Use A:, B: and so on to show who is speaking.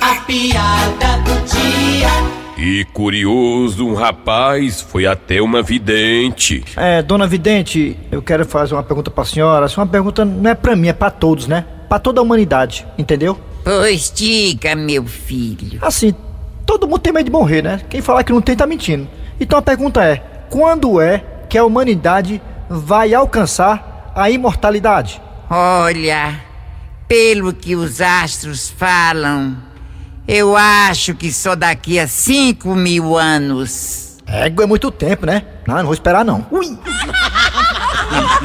A: A piada do dia.
B: E curioso, um rapaz foi até uma vidente.
C: É, dona Vidente, eu quero fazer uma pergunta pra senhora. Essa é uma pergunta não é pra mim, é pra todos, né? Pra toda a humanidade, entendeu?
D: Pois diga, meu filho.
C: Assim, todo mundo tem medo de morrer, né? Quem falar que não tem tá mentindo. Então a pergunta é: quando é que a humanidade vai alcançar a imortalidade?
D: Olha, pelo que os astros falam, eu acho que só daqui a cinco mil anos.
C: é Égua é muito tempo, né? Não, não vou esperar não. Ui!